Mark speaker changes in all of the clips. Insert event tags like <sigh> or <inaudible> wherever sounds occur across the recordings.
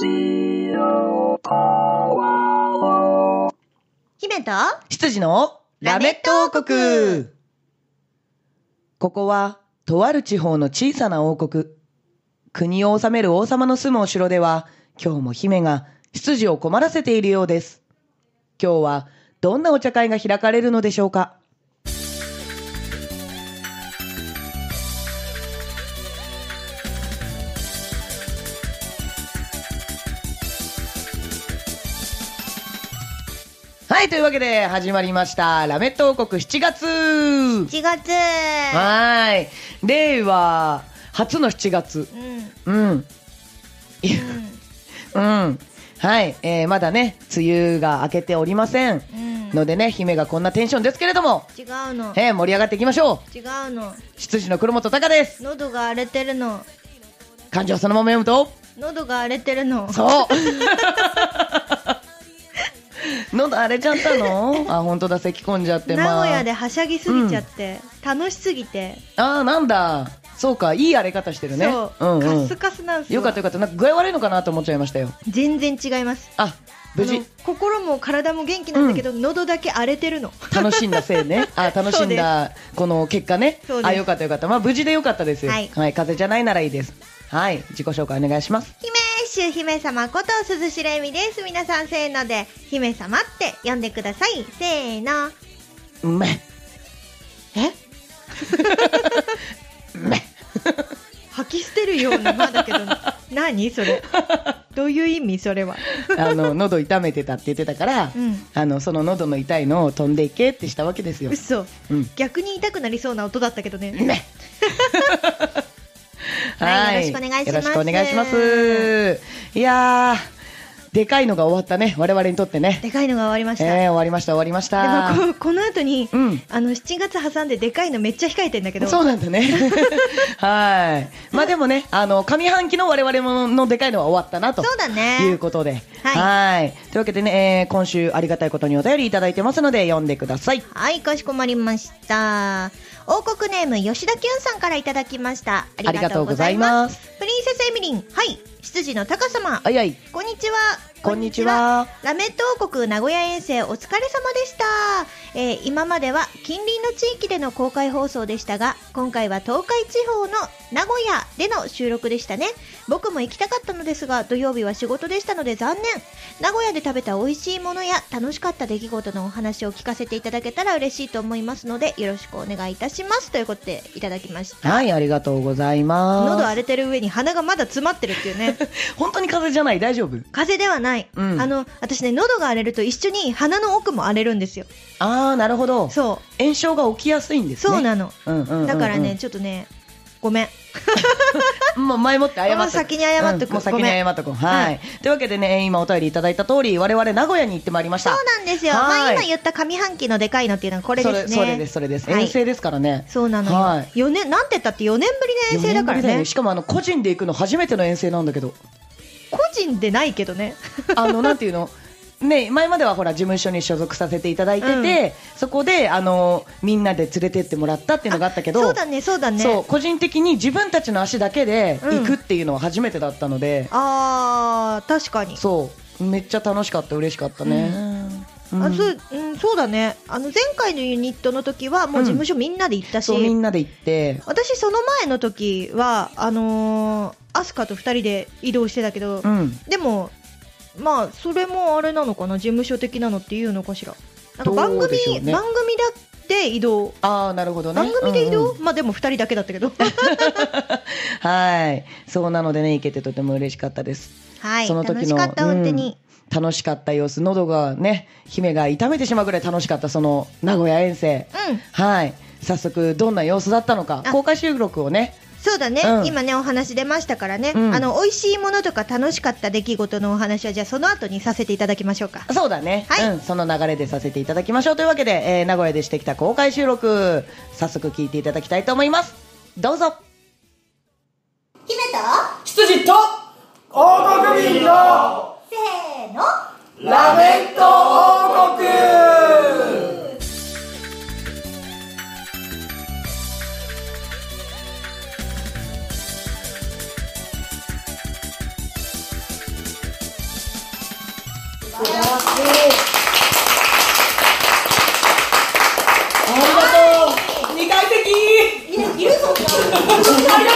Speaker 1: ジオコ
Speaker 2: 姫と
Speaker 3: 羊のラメット王国ここは、とある地方の小さな王国。国を治める王様の住むお城では、今日も姫が執事を困らせているようです。今日は、どんなお茶会が開かれるのでしょうかはい、というわけで始まりました、ラメット王国7月
Speaker 2: 1月
Speaker 3: はーい。令和初の7月。
Speaker 2: うんうん
Speaker 3: うん。いやうん。はい。えー、まだね、梅雨が明けておりません。
Speaker 2: うん
Speaker 3: のでね、姫がこんなテンションですけれども、
Speaker 2: 違うの
Speaker 3: えー、盛り上がっていきましょう。
Speaker 2: 違うの
Speaker 3: 執事の黒本隆です。
Speaker 2: 喉が荒れてるの
Speaker 3: 漢字をそのまま読むと、
Speaker 2: 喉が荒れてるの
Speaker 3: そう。 <laughs> 喉荒れちゃった
Speaker 2: <laughs>
Speaker 3: のあ、本当だ、咳込んじゃって。まあ
Speaker 2: 名古屋ではしゃぎすぎちゃって、楽しすぎて、
Speaker 3: あー、なんだ。そうか、いい荒れ方してるね。
Speaker 2: そう、
Speaker 3: んうん。
Speaker 2: カスカスなんす
Speaker 3: よかったよかった。なんか具合悪いのかなと思っちゃいましたよ。
Speaker 2: 全然違います
Speaker 3: あ、無
Speaker 2: あ
Speaker 3: 事
Speaker 2: の。心も体も元気なんだけど、喉だけ荒れてるの
Speaker 3: 楽しんだせい
Speaker 2: <laughs>
Speaker 3: ね。あ、楽しんだ、この結果ね
Speaker 2: そう。です
Speaker 3: あ、よかったよかった。まあ、無事でよかったですよ。
Speaker 2: はい
Speaker 3: 風邪じゃないならいいです。はい。自己紹介お願いします。
Speaker 2: 姫主姫様こと鈴しれみです皆さんせーので姫様って呼んでくださいせーの
Speaker 3: うめえ。 <laughs>
Speaker 2: え吐き捨てるような間だ <laughs> けど何それどういう意味それは
Speaker 3: あの、喉痛めてたって言ってたから
Speaker 2: うん、
Speaker 3: あの、その喉の痛いのを飛んでいけってしたわけですよ。
Speaker 2: 嘘
Speaker 3: うん。
Speaker 2: 逆に痛くなりそうな音だったけどね
Speaker 3: うめえ <laughs>
Speaker 2: はいよろしくお願いします
Speaker 3: よろしくお願いします。いやー、でかいのが終わったね。我々にとってね。
Speaker 2: でかいのが終わりました、
Speaker 3: えー、終わりました、終わりました。
Speaker 2: でもここの後に、
Speaker 3: うん
Speaker 2: あの7月挟んででかいのめっちゃ控えてんだけど
Speaker 3: そうなんだね。
Speaker 2: <laughs>
Speaker 3: はい。まあでもね、あの、上半期の我々ものでかいのは終わったなと。
Speaker 2: そうだね
Speaker 3: いうことで。
Speaker 2: は
Speaker 3: はい。というわけでね、えー今週ありがたいことにお便りいただいてますので、読んでください。
Speaker 2: はい、かしこまりました。王国ネーム、吉田きゅんさんからいただきました。ありがとうございます。プリンセスエミリン、はい、執事のタカ様。
Speaker 3: あいあい。
Speaker 2: こんにちは。
Speaker 3: こんにちは。
Speaker 2: ラメット王国名古屋遠征お疲れ様でした。えー今までは近隣の地域での公開放送でしたが、今回は東海地方の名古屋での収録でしたね。僕も行きたかったのですが、土曜日は仕事でしたので残念。名古屋で食べた美味しいものや楽しかった出来事のお話を聞かせていただけたら嬉しいと思いますので、よろしくお願いいたします。ということでいただきました。
Speaker 3: はい、ありがとうございます。
Speaker 2: 喉荒れてる上に鼻がまだ詰まってるっていうね。
Speaker 3: 本当に風邪じゃない大丈夫
Speaker 2: 風邪ではない、
Speaker 3: うん
Speaker 2: あの私ね喉が荒れると一緒に鼻の奥も荒れるんですよ
Speaker 3: あー、なるほど。
Speaker 2: そ
Speaker 3: 炎症が起きやすいんで
Speaker 2: う
Speaker 3: すね。
Speaker 2: そうなの、
Speaker 3: うんうんうんうん
Speaker 2: だからね、、ちょっとねごめん
Speaker 3: もう前もって謝っとく
Speaker 2: もう先に謝っとく
Speaker 3: うんもう先
Speaker 2: ご
Speaker 3: に
Speaker 2: めん
Speaker 3: 謝っとこう。は
Speaker 2: はい
Speaker 3: い。というわけでね、今お便りいただいた通り、我々名古屋に行ってまいりまし
Speaker 2: そ
Speaker 3: た。
Speaker 2: うなんですよ、ま
Speaker 3: はい
Speaker 2: あ、今言った上半期のでかいのっていうのはこれですね
Speaker 3: それそれです、それです。
Speaker 2: はい
Speaker 3: 遠征ですからね。
Speaker 2: そうなのよ、
Speaker 3: はい
Speaker 2: 4年なんて言ったって4年ぶりの遠征だから
Speaker 3: 四年ぶりよ
Speaker 2: ね
Speaker 3: しかもあの個人で行くの初めての遠征なんだけど、
Speaker 2: 個人でないけどね
Speaker 3: <laughs> あのなんていうの。ね、前まではほら事務所に所属させていただいてて、そこであのみんなで連れてってもらったっていうのがあったけど
Speaker 2: そうだねそうだね
Speaker 3: そう個人的に自分たちの足だけで
Speaker 2: うん
Speaker 3: 行くっていうのは初めてだったので、
Speaker 2: あー確かに
Speaker 3: そうめっちゃ楽しかった嬉しかったね、うん
Speaker 2: あそううん、そうだねあの前回のユニットの時はもう事務所みんなで行ったし、
Speaker 3: そうみんなで行って
Speaker 2: 私その前の時はあのー、アスカと2人で移動してたけど、
Speaker 3: うん
Speaker 2: でもまあそれもあれなのかな事務所的なのっていうのかしらなんか番
Speaker 3: どうで
Speaker 2: 組
Speaker 3: しょう、ね
Speaker 2: 番組だって移動
Speaker 3: ああなるほどね
Speaker 2: 番組で移
Speaker 3: うんう
Speaker 2: 動、
Speaker 3: ん
Speaker 2: まあでも2人だけだった
Speaker 3: <laughs>
Speaker 2: けど
Speaker 3: はい。そうなのでね、行けてとても嬉しかったです。
Speaker 2: はい
Speaker 3: その時の
Speaker 2: 楽しかった本当に、
Speaker 3: 楽しかった様子、喉がね、姫が痛めてしまうぐらい楽しかった、その名古屋遠征。
Speaker 2: うん、
Speaker 3: はい。早速、どんな様子だったのか、
Speaker 2: あ
Speaker 3: 公開収録をね、
Speaker 2: そうだね、
Speaker 3: うん
Speaker 2: 今ねお話出ましたからね、
Speaker 3: うん
Speaker 2: あの美味しいものとか楽しかった出来事のお話はじゃあその後にさせていただきましょうか
Speaker 3: そうだね、
Speaker 2: はい
Speaker 3: うん、その流れでさせていただきましょうというわけで、えー名古屋でしてきた公開収録、早速聞いていただきたいと思います。どうぞ。
Speaker 2: 姫と
Speaker 3: 羊と
Speaker 1: 王国民の
Speaker 2: せーの
Speaker 1: ラメット王国
Speaker 4: 素晴らし
Speaker 3: はありがとう二階席
Speaker 2: いるいるそんな
Speaker 3: あり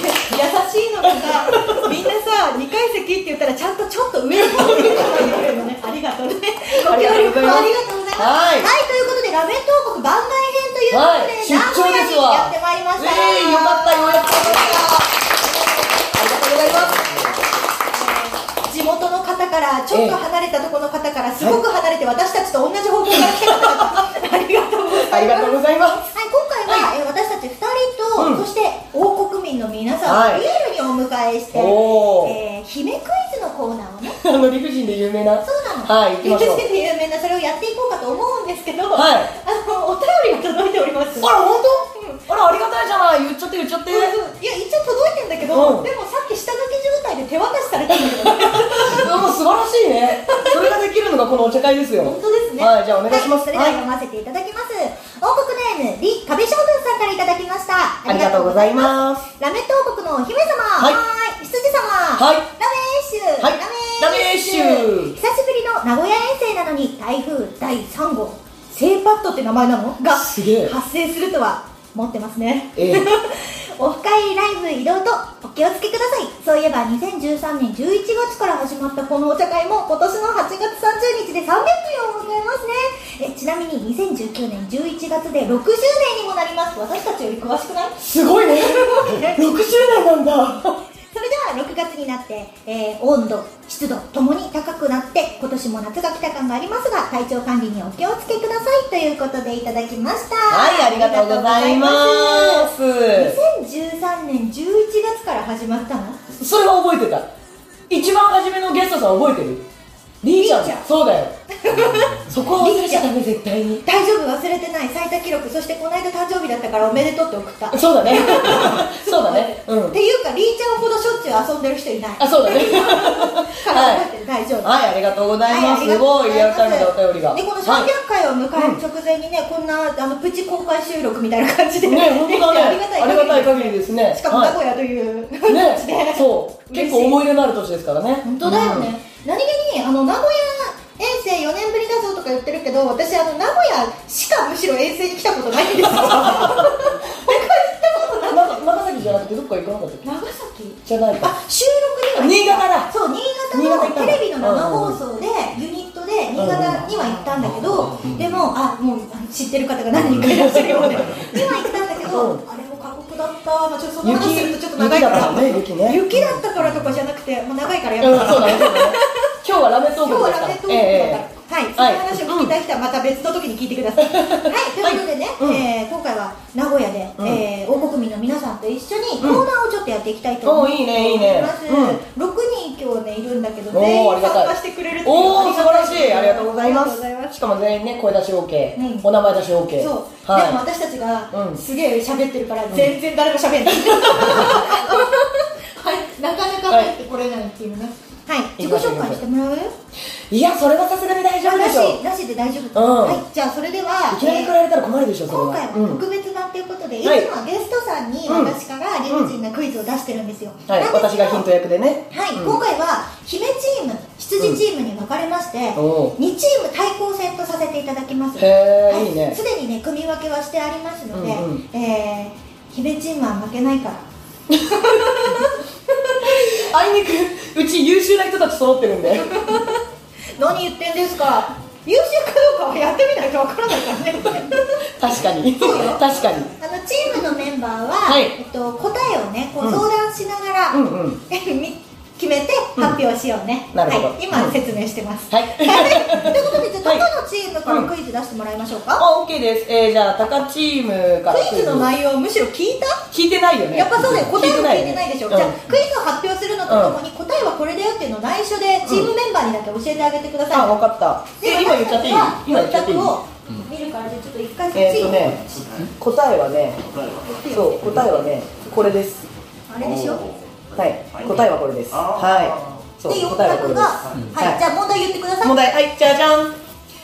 Speaker 3: が
Speaker 2: 優しいのがさみんなさ2階席って言ったらちゃんとちょっと上に持ってくるとか言うけどねありがとうねご協力をありがとうございます
Speaker 3: はい
Speaker 2: ということでラメット王国番外編ということで、
Speaker 3: はい
Speaker 2: 名古屋にやってまいりました、
Speaker 3: ええよかったよかった
Speaker 2: ありがとうございます地元の方からちょっと離れたところの方からすごく離れて私たちと同じ方向から来た方々ありがとうございます
Speaker 3: ありがとうございます
Speaker 2: はい、今回は、えー私たち2人と、
Speaker 3: うん
Speaker 2: そして王国民の皆さん
Speaker 3: は
Speaker 2: を
Speaker 3: い
Speaker 2: リアルにお迎えして、
Speaker 3: おー
Speaker 2: えー姫クイズのコーナーをね
Speaker 3: あの理不尽で有名な
Speaker 2: そうなの、
Speaker 3: はい行きましょう
Speaker 2: で <laughs> 有名なそれをやっていこうかと思うんですけど、
Speaker 3: はい
Speaker 2: あのお便りが届いております
Speaker 3: あら本
Speaker 2: うん
Speaker 3: 当あらありがたいじゃない言っちゃって言っちゃって
Speaker 2: うんいや一応届いてんだけど、
Speaker 3: うん
Speaker 2: でもさっき下書き状態で手渡しされたんだけど、ね、
Speaker 3: もう素晴らしいねそれができるのがこのお茶会ですよ
Speaker 2: 本当ですね
Speaker 3: はいじゃあお願いしま
Speaker 2: はそ
Speaker 3: す
Speaker 2: れでは読ませていただきます、王国ネームり壁将軍さんからいただきました
Speaker 3: ありがとうございます
Speaker 2: ラメット王国のお姫様、
Speaker 3: はい
Speaker 2: ーい、羊様、
Speaker 3: はい
Speaker 2: ラメーシュ、
Speaker 3: はい
Speaker 2: ラメーシュ、
Speaker 3: ラメーシュ
Speaker 2: 久しぶりの名古屋遠征なのに台風第3号、セイパッドって名前なのが
Speaker 3: すげえ
Speaker 2: 発生するとは思ってますね。
Speaker 3: ええ
Speaker 2: <laughs> オフ会ライブ移動とお気をつけくださいそういえば2013年11月から始まったこのお茶会も今年の8月30日で300回を迎えますねえちなみに2019年11月で60年にもなります私たちより詳しくない
Speaker 3: すごい <laughs> ね
Speaker 2: ね
Speaker 3: 6周年なんだ
Speaker 2: それでは6月になって、えー温度湿度ともに高くなって今年も夏が来た感がありますが体調管理にお気をつけくださいということでいただきました
Speaker 3: はいありがとうございます
Speaker 2: 2013年11月から始まったの <laughs>
Speaker 3: それは覚えてた一番初めのゲストさん覚えてるりーちゃん
Speaker 2: りーちゃん
Speaker 3: そうだよそこは忘れちゃダメ絶対に
Speaker 2: 大丈夫忘れてない最多記録そしてこの間誕生日だったからおめでとうって送った
Speaker 3: そうだね <laughs> そうだねう
Speaker 2: っ
Speaker 3: ん
Speaker 2: ていうかりーちゃんほどしょっちゅう遊んでる人いない
Speaker 3: あそう <laughs> だね
Speaker 2: 体が入ってる大丈夫
Speaker 3: はいありがとうござい
Speaker 2: は
Speaker 3: ますすごいリアルタイムでお便りが
Speaker 2: でこの
Speaker 3: はい
Speaker 2: 300回を迎える直前にね、こんなあのプチ公開収録みたいな感じで
Speaker 3: ね本
Speaker 2: <laughs>
Speaker 3: 当だね
Speaker 2: できて
Speaker 3: ありがたい限りですすね
Speaker 2: しかも名古屋という感
Speaker 3: ね
Speaker 2: じで、
Speaker 3: そう
Speaker 2: 嬉し
Speaker 3: 結
Speaker 2: い
Speaker 3: 構思い入れのある年ですからね
Speaker 2: 本当だよね、何気にあの名古屋遠征4年ぶりだぞとか言ってるけど私あの名古屋しかむしろ遠征に来たことないん
Speaker 3: <laughs>
Speaker 2: ですよ他行ったことない
Speaker 3: うん長長崎じゃなくてどっか行かなかったっけ
Speaker 2: 長崎
Speaker 3: じゃないか
Speaker 2: あ収録には
Speaker 3: 新潟だ
Speaker 2: そう新
Speaker 3: 新潟
Speaker 2: 潟の
Speaker 3: 行ったの
Speaker 2: テレビの生放送でユニットで新潟には行ったんだけどでもあもう知ってる方が何人かいらっしゃるようでには行ったんだけ
Speaker 3: う
Speaker 2: ど
Speaker 3: ん
Speaker 2: あれも過酷だった、まあ、ちょっとその話するとちょっと
Speaker 3: 雪
Speaker 2: 長い
Speaker 3: だ
Speaker 2: か
Speaker 3: かららね雪ねうん
Speaker 2: 雪だったからとかじゃなくて、もう長いから
Speaker 3: そう
Speaker 2: やっぱ
Speaker 3: だねそうだね今日はラメトー
Speaker 2: 今
Speaker 3: ク
Speaker 2: 日は
Speaker 3: ですか
Speaker 2: ラメト
Speaker 3: ら
Speaker 2: ークだから、
Speaker 3: ええ
Speaker 2: はい、その話を聞きたい人はまた別の時に聞いてください。はい、ということでね、
Speaker 3: うん
Speaker 2: えー今回は名古屋で、
Speaker 3: うん
Speaker 2: えー王国民の皆さんと一緒に
Speaker 3: ん
Speaker 2: コーナーをちょっとやっていきたいと思います。
Speaker 3: おーいいねいいね
Speaker 2: 六、人今日ねいるんだけど
Speaker 3: おー
Speaker 2: 全
Speaker 3: あ
Speaker 2: 員
Speaker 3: りがたい
Speaker 2: 参加してくれるっていうの
Speaker 3: お
Speaker 2: は
Speaker 3: お素晴らしいありがとうございま
Speaker 2: ありがとうございます
Speaker 3: しかも全員ね声出し OK、
Speaker 2: うん
Speaker 3: お名前出し OK
Speaker 2: そう、でも
Speaker 3: は
Speaker 2: 私たち
Speaker 3: うん
Speaker 2: がすげえ喋ってるから全然誰も喋んない、はい、なかなか入ってこれないっていうねはい、自己紹介してもらう
Speaker 3: いいやそれはさすがに大丈夫でしょ
Speaker 2: なしで大丈夫、
Speaker 3: う
Speaker 2: は
Speaker 3: ん
Speaker 2: い、じゃあそれではい
Speaker 3: きなり来られたら困るでしょそれは
Speaker 2: 今回は
Speaker 3: うん
Speaker 2: 特別版ということで、いつも
Speaker 3: はい
Speaker 2: はゲストさんに
Speaker 3: うん
Speaker 2: 私から理不尽なクイズを出してるんですよ、
Speaker 3: はい
Speaker 2: なんです
Speaker 3: 私
Speaker 2: けど
Speaker 3: がヒント役でね
Speaker 2: はい、
Speaker 3: うん
Speaker 2: 今回は姫チーム羊チームに分かれまして、
Speaker 3: おう
Speaker 2: 2チーム対抗戦とさせていただきます
Speaker 3: へー
Speaker 2: はい
Speaker 3: いね
Speaker 2: すでにね組み分けはしてありますので、
Speaker 3: うんうん
Speaker 2: えー姫チームは負けないから
Speaker 3: あいにくうち優秀な人たち揃ってる
Speaker 2: <laughs>
Speaker 3: んで
Speaker 2: 何言ってんですか優秀かどうかはやってみないと分からない <laughs> からね
Speaker 3: 確かに確かに
Speaker 2: あのチームのメンバーは、
Speaker 3: はい
Speaker 2: えっと、答えをねこ
Speaker 3: う
Speaker 2: うん相談しながら、
Speaker 3: うん
Speaker 2: <laughs>
Speaker 3: うん
Speaker 2: 決めて発表しようね、
Speaker 3: うんなるほど
Speaker 2: はい、今説明してます、
Speaker 3: はい
Speaker 2: <laughs> はいということでじゃあど
Speaker 3: はい
Speaker 2: このチームからクイズ出してもらいましょうか、
Speaker 3: あ OK です、えー、じゃあタカチームから
Speaker 2: クイズの内容むしろ聞いた
Speaker 3: 聞いてないよね
Speaker 2: やっぱそうだよ答えも聞いてないでしょ、
Speaker 3: うん
Speaker 2: じゃあクイズを発表するのとともに答えはこれだよっていうのを内緒でチームメンバーにだけ教えてあげてください、
Speaker 3: あ分かった
Speaker 2: で
Speaker 3: え今言っちゃっていい
Speaker 2: 私たち
Speaker 3: 今
Speaker 2: は
Speaker 3: 言っちゃっていい
Speaker 2: 四択を見るからじゃあちょっと一回そっ
Speaker 3: え
Speaker 2: ち
Speaker 3: ー、っとね答えはねそう答えはねこれです
Speaker 2: あれでしょ
Speaker 3: はい答えはこれですはいそう
Speaker 2: で四
Speaker 3: 答えはこ
Speaker 2: 択
Speaker 3: れ
Speaker 2: が
Speaker 3: です
Speaker 2: はい、
Speaker 3: はい
Speaker 2: じゃあ問題言ってください
Speaker 3: 問題はいじゃじゃん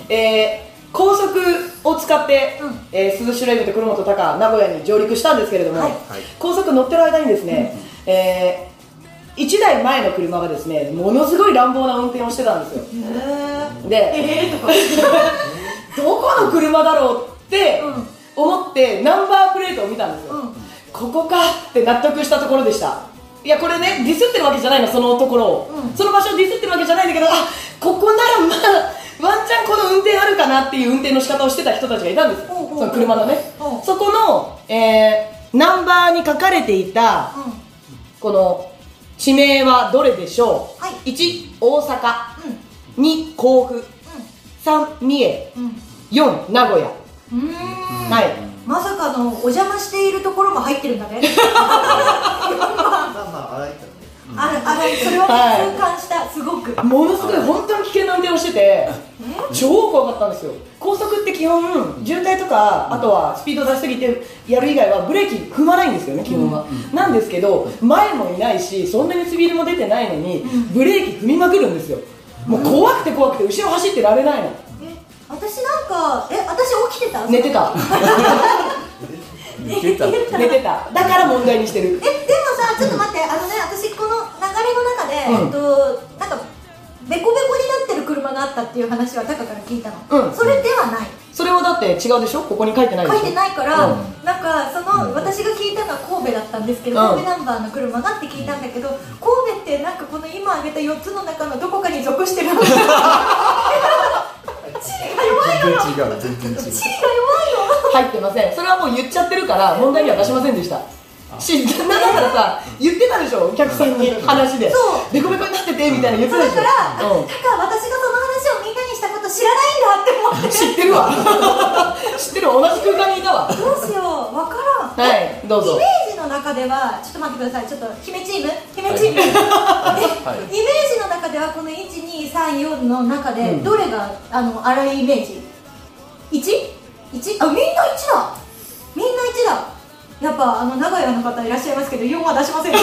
Speaker 3: えー高速を使って、
Speaker 2: うん
Speaker 3: えー鈴代エビと黒本隆名古屋に上陸したんですけれども、
Speaker 2: はい
Speaker 3: 高速乗ってる間にですね、えー1台前の車がですねものすごい乱暴な運転をしてたんですよで
Speaker 2: えーとか
Speaker 3: どこの車だろうって思ってナンバープレートを見たんですよ、
Speaker 2: うん
Speaker 3: ここかって納得したところでしたいやこれねディスってるわけじゃないのそのところを、
Speaker 2: うん
Speaker 3: その場所をディスってるわけじゃないんだけどあここならまあワンチャンこの運転あるかなっていう運転の仕方をしてた人たちがいたんですよ
Speaker 2: ほうほう
Speaker 3: その車のね
Speaker 2: ほう
Speaker 3: そこの、えーナンバーに書かれていた
Speaker 2: うん
Speaker 3: この地名はどれでしょう、
Speaker 2: はい
Speaker 3: 1大阪
Speaker 2: うん
Speaker 3: 2甲府3三重
Speaker 2: うんうん
Speaker 3: 4名古屋、
Speaker 2: うーん
Speaker 3: はい
Speaker 2: まさかのお邪魔しているところも入ってるんだ
Speaker 3: <laughs>
Speaker 2: ね
Speaker 5: まあまあ、洗いたね。
Speaker 2: あるあるそれは
Speaker 3: はい
Speaker 2: 痛感したすごくえ
Speaker 3: ものすごい本当に危険な運転をしてて超怖かったんですよ高速って基本渋滞とかあとはスピード出しすぎてやる以外はブレーキ踏まないんですよね基本は、なんですけど前もいないしそんなにスピードも出てないのにブレーキ踏みまくるんですよもう怖くて怖くて後ろ走ってられないの
Speaker 2: え私なんかえ私起きてた
Speaker 3: 寝て <laughs> た
Speaker 2: 寝てた
Speaker 3: 寝てただから問題にしてる
Speaker 2: えでもさちょっと待ってあのね私この流れ
Speaker 3: うん
Speaker 2: の中で、えっとなんかベコベコになってる車があったっていう話はタカから聞いたの、
Speaker 3: うん
Speaker 2: それではない
Speaker 3: それはだって違うでしょここに書いてないでし
Speaker 2: 書
Speaker 3: ょ
Speaker 2: いてないから、
Speaker 3: う
Speaker 2: なんかその、私が聞いたのは神戸だったんですけど、
Speaker 3: うん
Speaker 2: 神戸ナンバーの車がって聞いたんだけど神戸ってなんかこの今挙げた4つの中のどこかに属してる
Speaker 3: <laughs>
Speaker 2: 地位が弱いのよ
Speaker 5: 全然違う、全然違う。
Speaker 2: 地位が弱いの
Speaker 3: 入ってませんそれはもう言っちゃってるから問題には出しませんでしたしなんだったらさ言ってたでしょお客さんに話で
Speaker 2: そう
Speaker 3: ベコベコになっててみたいな言っ
Speaker 2: そ
Speaker 3: てたで
Speaker 2: れ
Speaker 3: し
Speaker 2: から、
Speaker 3: ょ、う
Speaker 2: あ
Speaker 3: ん
Speaker 2: タカ私がその話をみんなにしたこと知らないんだって思って
Speaker 3: 知ってるわ知ってる同じ空間にいたわ
Speaker 2: どうしようわからん
Speaker 3: はいどう
Speaker 2: イ
Speaker 3: ぞ
Speaker 2: メージの中ではちょっと待ってくださいちょっと姫チーム姫チーム、 <laughs>
Speaker 5: はい
Speaker 2: イメージの中ではこの1234の中でどれが、あの荒いイメージ 1?1? あみんな1だみんな1だやっぱあの名古屋の方いらっしゃいますけど4は出しません
Speaker 3: <laughs>
Speaker 2: よ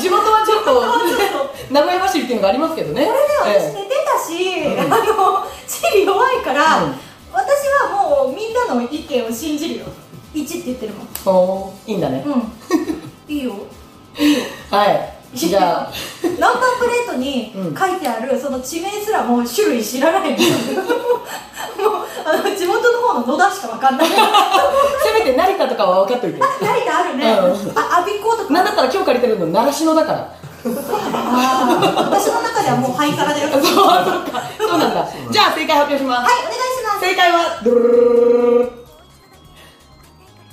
Speaker 3: 地元はちょっと名古屋走りっていうのがありますけどね
Speaker 2: これで私寝てたし、あの地理弱いから、
Speaker 3: うん
Speaker 2: 私はもうみんなの意見を信じるよ1って言ってるもん
Speaker 3: ええおーいいんだね、 <laughs>
Speaker 2: うんいいよ
Speaker 3: はいじゃ
Speaker 2: <laughs>
Speaker 3: あ
Speaker 2: ナンバープレートに書いてあるその地名すらもう種類知
Speaker 3: <laughs>
Speaker 2: らないんですよもうあの地元の方の野田しかわかんない
Speaker 3: せめて成田とかは分かっておいて
Speaker 2: 成田あるね、
Speaker 3: う
Speaker 2: あ阿鼻子とか
Speaker 3: なんだったら今日借りてるの習志野だから <laughs>
Speaker 2: あー私の中ではもう灰皿
Speaker 3: <laughs>
Speaker 2: だよ
Speaker 3: そう
Speaker 2: はい
Speaker 3: そうかそうなんだじゃあ正解発表します、
Speaker 2: お願いします
Speaker 3: 正解はドゥルルルルルルル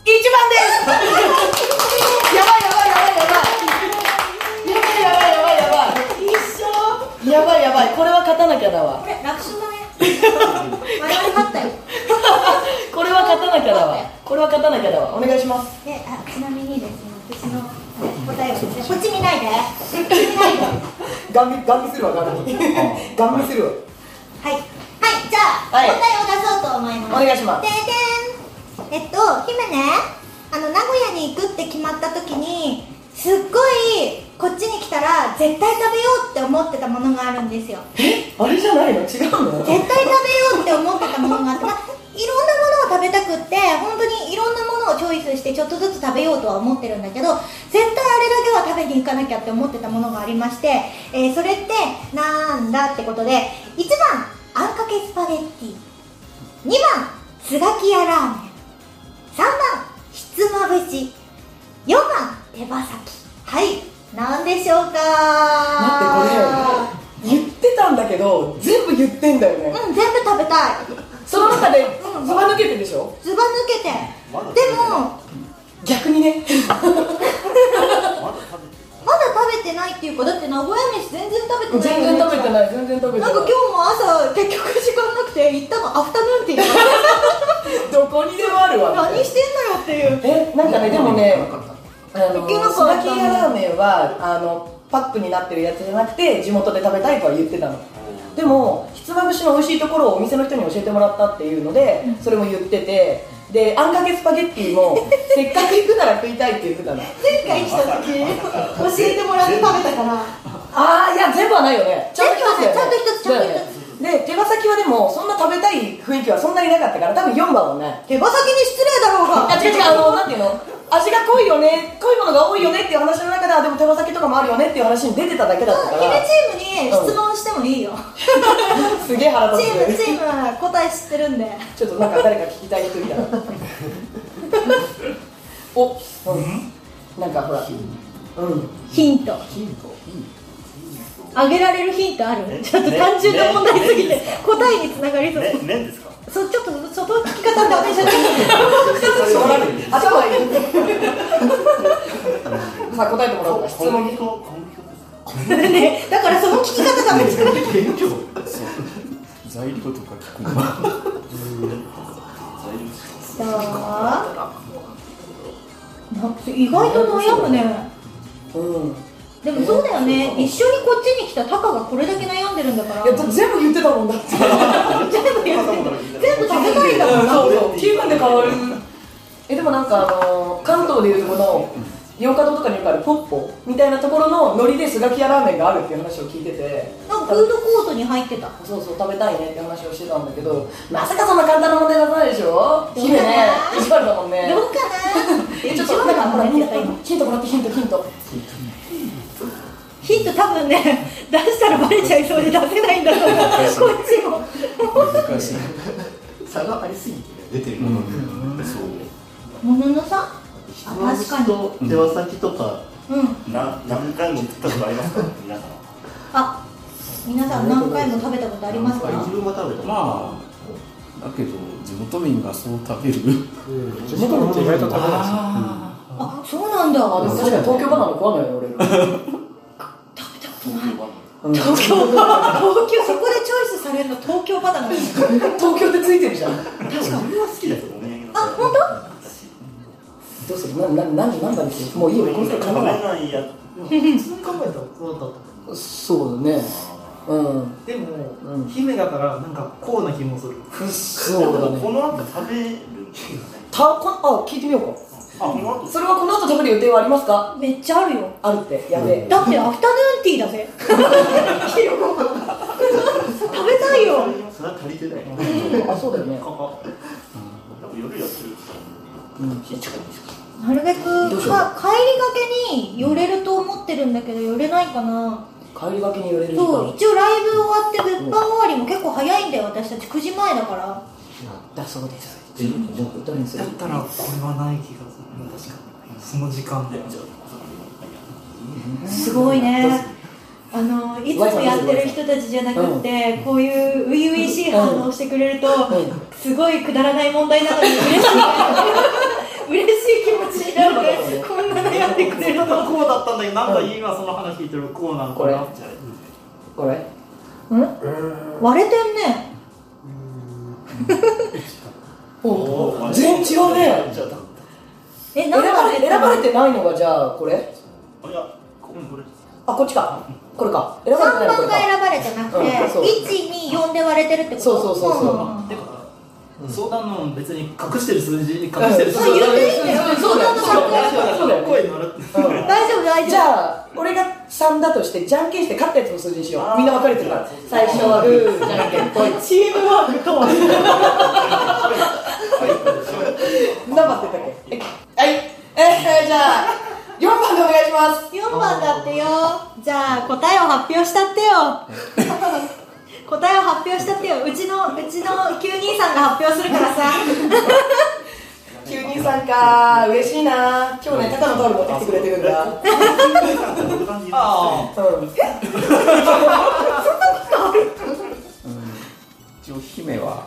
Speaker 3: 一番ですやばいやばいやばいやばいやばいやばいやばいやばい
Speaker 2: 一緒
Speaker 3: やばいやばいこれは勝たなきゃだわ
Speaker 2: これ楽勝
Speaker 3: <laughs>
Speaker 2: だね笑い勝ったよ
Speaker 3: これは勝たなきゃだわこれは勝たなきゃだわお願いします
Speaker 2: であちなみにですね私の答えはですねこっち見ないでこっち見ないで
Speaker 3: ガン見ガン見するわガン見ガン見するわ
Speaker 2: はい、はい、じゃあ、
Speaker 3: は
Speaker 2: 答え
Speaker 3: い
Speaker 2: を出そうと思います。
Speaker 3: お願いします
Speaker 2: ででん。えっと、姫ね、あの名古屋に行くって決まった時に、すっごいこっちに来たら絶対食べようって思ってたものがあるんですよ。
Speaker 3: あれじゃないの違うの
Speaker 2: 絶対食べようって思ってたものがあって、まあいろんなものを食べたくって本当にいろんなものをチョイスしてちょっとずつ食べようとは思ってるんだけど絶対あれだけは食べに行かなきゃって思ってたものがありまして、えーそれってなんだってことで1番あんかけスパゲッティ2番スガキヤラーメン3番ひつまぶし4番手羽先はい何でしょうか
Speaker 3: 待ってこれ言ってたんだけど全部言ってんだよね
Speaker 2: うん全部食べたい
Speaker 3: その中でずば抜けてるでしょ
Speaker 2: ずば抜けて
Speaker 5: まだ食べ
Speaker 2: で
Speaker 5: てない
Speaker 2: も
Speaker 3: 逆にね
Speaker 5: まだ食べて
Speaker 2: まだ食べてないっていうかだって名古屋飯全然食べてない
Speaker 3: 全
Speaker 2: よね
Speaker 3: 然食べてない全然食べてな
Speaker 2: ないんか今日も朝結局時間なくて行ったのアフタヌーンティー
Speaker 3: どこにでもあるわ
Speaker 2: <laughs> 何してんのよっていう
Speaker 3: えなんかねでもねあの
Speaker 2: 池の子
Speaker 3: スナキヤラーメンはあのパックになってるやつじゃなくて地元で食べたいとは言ってたのでもひつまぶしの美味しいところをお店の人に教えてもらったっていうのでそれも言っててであんかけスパゲッティもせっかく行くなら食いたいって言ってたの
Speaker 2: 前回来た時教えてもらって食べたから
Speaker 3: ああいや全部はないよねちゃんと一つだよね
Speaker 2: 全部はないちゃんと一つちゃんと一つ
Speaker 3: だよねで手羽先はでもそんな食べたい雰囲気はそんなになかったから多分4番はない
Speaker 2: 手羽先に失礼だろうが
Speaker 3: あ違う違うあのなんていうの味が濃いよね濃いものが多いよねっていう話の中であでも手羽先とかもあるよねっていう話に出てただけだったか
Speaker 2: そう
Speaker 3: ら
Speaker 2: 姫チームに質問してもいいよ、
Speaker 3: すげえ腹立
Speaker 2: チ
Speaker 3: つ
Speaker 2: ーム
Speaker 3: ね
Speaker 2: チーム答え知ってるんで
Speaker 3: ちょっとなんか誰か聞きたい人いた <laughs> らお、うん、なんかほらうん
Speaker 2: ヒント
Speaker 6: ヒントヒン
Speaker 2: あげられるヒントあ
Speaker 7: え
Speaker 2: るちょっと単純な問題すぎて
Speaker 7: ねね
Speaker 2: 答えにつながりそう、
Speaker 7: ね、麺ですか
Speaker 2: そうちょっとその聞き方ダメじゃない
Speaker 3: あ、頭がいい <laughs> さあ答えてもらおうか質
Speaker 7: 小
Speaker 3: 問
Speaker 7: 麦粉小麦粉ですか
Speaker 2: ね <laughs> だからその聞き方ダメじゃない
Speaker 8: 材料とか聞くのは
Speaker 2: 意外と悩むね
Speaker 3: うん
Speaker 2: でもそうだよね一緒にこっちに来たタカがこれだけ悩んでるんだから
Speaker 3: いや全部言ってたもんだって
Speaker 2: 全部言う全部食べたいんだもんな
Speaker 3: そうそう気分で変わるえでもなんかあの関東でいうとこの洋華堂とかによくあるポッポみたいなところの海苔ですがきやラーメンがあるっていう話を聞いてて
Speaker 2: なんかフードコートに入ってた
Speaker 3: そうそう食べたいねって話をしてたんだけどまさかそんな簡単な問題出さないでしょ
Speaker 2: どうかな
Speaker 3: 姫ね意地悪だもんね
Speaker 2: どうかなって
Speaker 3: ち
Speaker 2: 一
Speaker 3: ょっと
Speaker 2: 番
Speaker 3: なんかほら
Speaker 2: のた今
Speaker 3: ヒントもらってヒントヒント
Speaker 2: ヒント多分ね <laughs> 出したらバレちゃいそうで出せないんだと思うこっちも
Speaker 8: 難しい
Speaker 6: ト差がありすぎて出てるものにそう
Speaker 2: もののさ
Speaker 6: 質
Speaker 2: あ
Speaker 6: 問
Speaker 2: 確かに
Speaker 6: と手羽先とか
Speaker 2: うん
Speaker 7: な何回も言ったことありますか皆さん
Speaker 2: あ皆さん何回も食べたことありますか
Speaker 6: 自分は食べた
Speaker 8: まあだけど地元民がそう食べる
Speaker 5: 地元の人意外と食べないですよ
Speaker 8: あ
Speaker 2: あそうなんだ
Speaker 3: あでも確かに東京バナナ食わないよ俺
Speaker 2: 東京バナナ東京そこでチョイスされるの東京バナナ確
Speaker 3: 東京ってついてるじゃん
Speaker 2: かに
Speaker 7: 僕は好きですお土産の
Speaker 2: あ本
Speaker 3: どうするななななんなんだっけもういいよこの人考
Speaker 7: 食べ
Speaker 3: え
Speaker 7: ないや
Speaker 5: 普通に考えたらそうだったと思う
Speaker 3: ないそうだねうん
Speaker 5: でも、
Speaker 3: うん
Speaker 5: 姫だからなんかこうな気もする
Speaker 3: そうだね
Speaker 5: <laughs>
Speaker 7: この後食べるんですよね
Speaker 3: たこあ聞いてみよう
Speaker 7: あこの後
Speaker 3: かそれはこの後食べる予定はありますか
Speaker 2: <laughs> めっちゃあるよ
Speaker 3: あるってやべえ
Speaker 2: だってアフタヌーンティーだぜ食べたいよ
Speaker 6: それは足りてない
Speaker 3: あそうだよね
Speaker 7: 多分夜やってる
Speaker 2: なるべく
Speaker 3: どうしよう
Speaker 2: か帰りがけに寄れると思ってるんだけど寄れないかな
Speaker 3: 帰りがけに寄れる
Speaker 2: そ
Speaker 3: 時
Speaker 2: う
Speaker 3: 間
Speaker 2: 一応ライブ終わって物販終わりも結構早いんだよ私たち9時前だから
Speaker 3: だそうですじゃあどれにする
Speaker 5: だったらこれはない気がする確かにその時間で
Speaker 2: すごいねあのいつもやってる人たちじゃなくって、こういう初々しい反応してくれると、
Speaker 3: ん
Speaker 2: すごいくだらない問題なのに嬉しい嬉しい気持ちになるねこんな悩んでくれるの
Speaker 5: こうだったんだけどなんか今その話聞いてるこうなんかなって
Speaker 3: これ
Speaker 2: 割れてんね
Speaker 3: お全然違うね
Speaker 2: え
Speaker 3: 選
Speaker 2: なん
Speaker 3: ば
Speaker 2: か
Speaker 3: れ選ばれてないのがじゃあこれ
Speaker 7: あいやここれ
Speaker 3: あこっちかこれか選ばれて
Speaker 2: 3
Speaker 3: ないのこ
Speaker 2: 番
Speaker 3: れ
Speaker 2: が選
Speaker 3: か
Speaker 2: ばれてなくて、
Speaker 3: うんそう
Speaker 2: 124で割れてるってこと
Speaker 3: そうそうそうそうん
Speaker 2: んん
Speaker 5: てか相談の別に隠してる数字に隠してる数
Speaker 2: そう
Speaker 5: 字
Speaker 2: 言っていいんだよ
Speaker 3: そうだよそうだよそうだよ
Speaker 5: 声乗るって
Speaker 3: うん
Speaker 2: 大丈夫大
Speaker 3: じ
Speaker 2: 丈
Speaker 3: ゃあ俺が3だとしてじゃんけんして勝ったやつの数字にしようみんな分かれてるから最初はグーじゃんけんぽい
Speaker 2: 夫チームワークとは
Speaker 3: 何番って言ったっけえはいえー、じゃあ4番でお願いします
Speaker 2: 4番だってよじゃあ答えを発表したってよ
Speaker 3: <laughs>
Speaker 2: 答えを発表したってようちのうちの九人さんが発表するからさ
Speaker 3: 急にさんか嬉しいな今日ね高野タオル持ってきてくれてるんだうん
Speaker 5: あ
Speaker 8: 一応姫は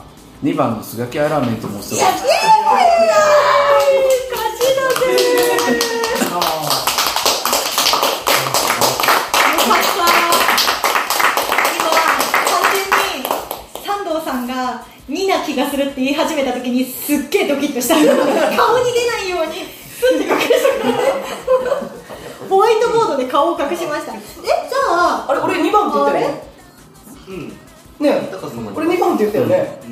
Speaker 8: 2番のすがきやラーメンと申
Speaker 2: イ
Speaker 8: し
Speaker 2: エーイ
Speaker 8: た
Speaker 2: 勝ちだぜよかった今完全に三藤さんが「2な気がする」って言い始めた時にすっげえドキッとした顔に出ないようにスッて隠したからねホワイトボードで顔を隠しましたえじゃあ
Speaker 3: あれ俺2番って言ったよねね
Speaker 6: だからその
Speaker 3: え俺2番って言ったよねう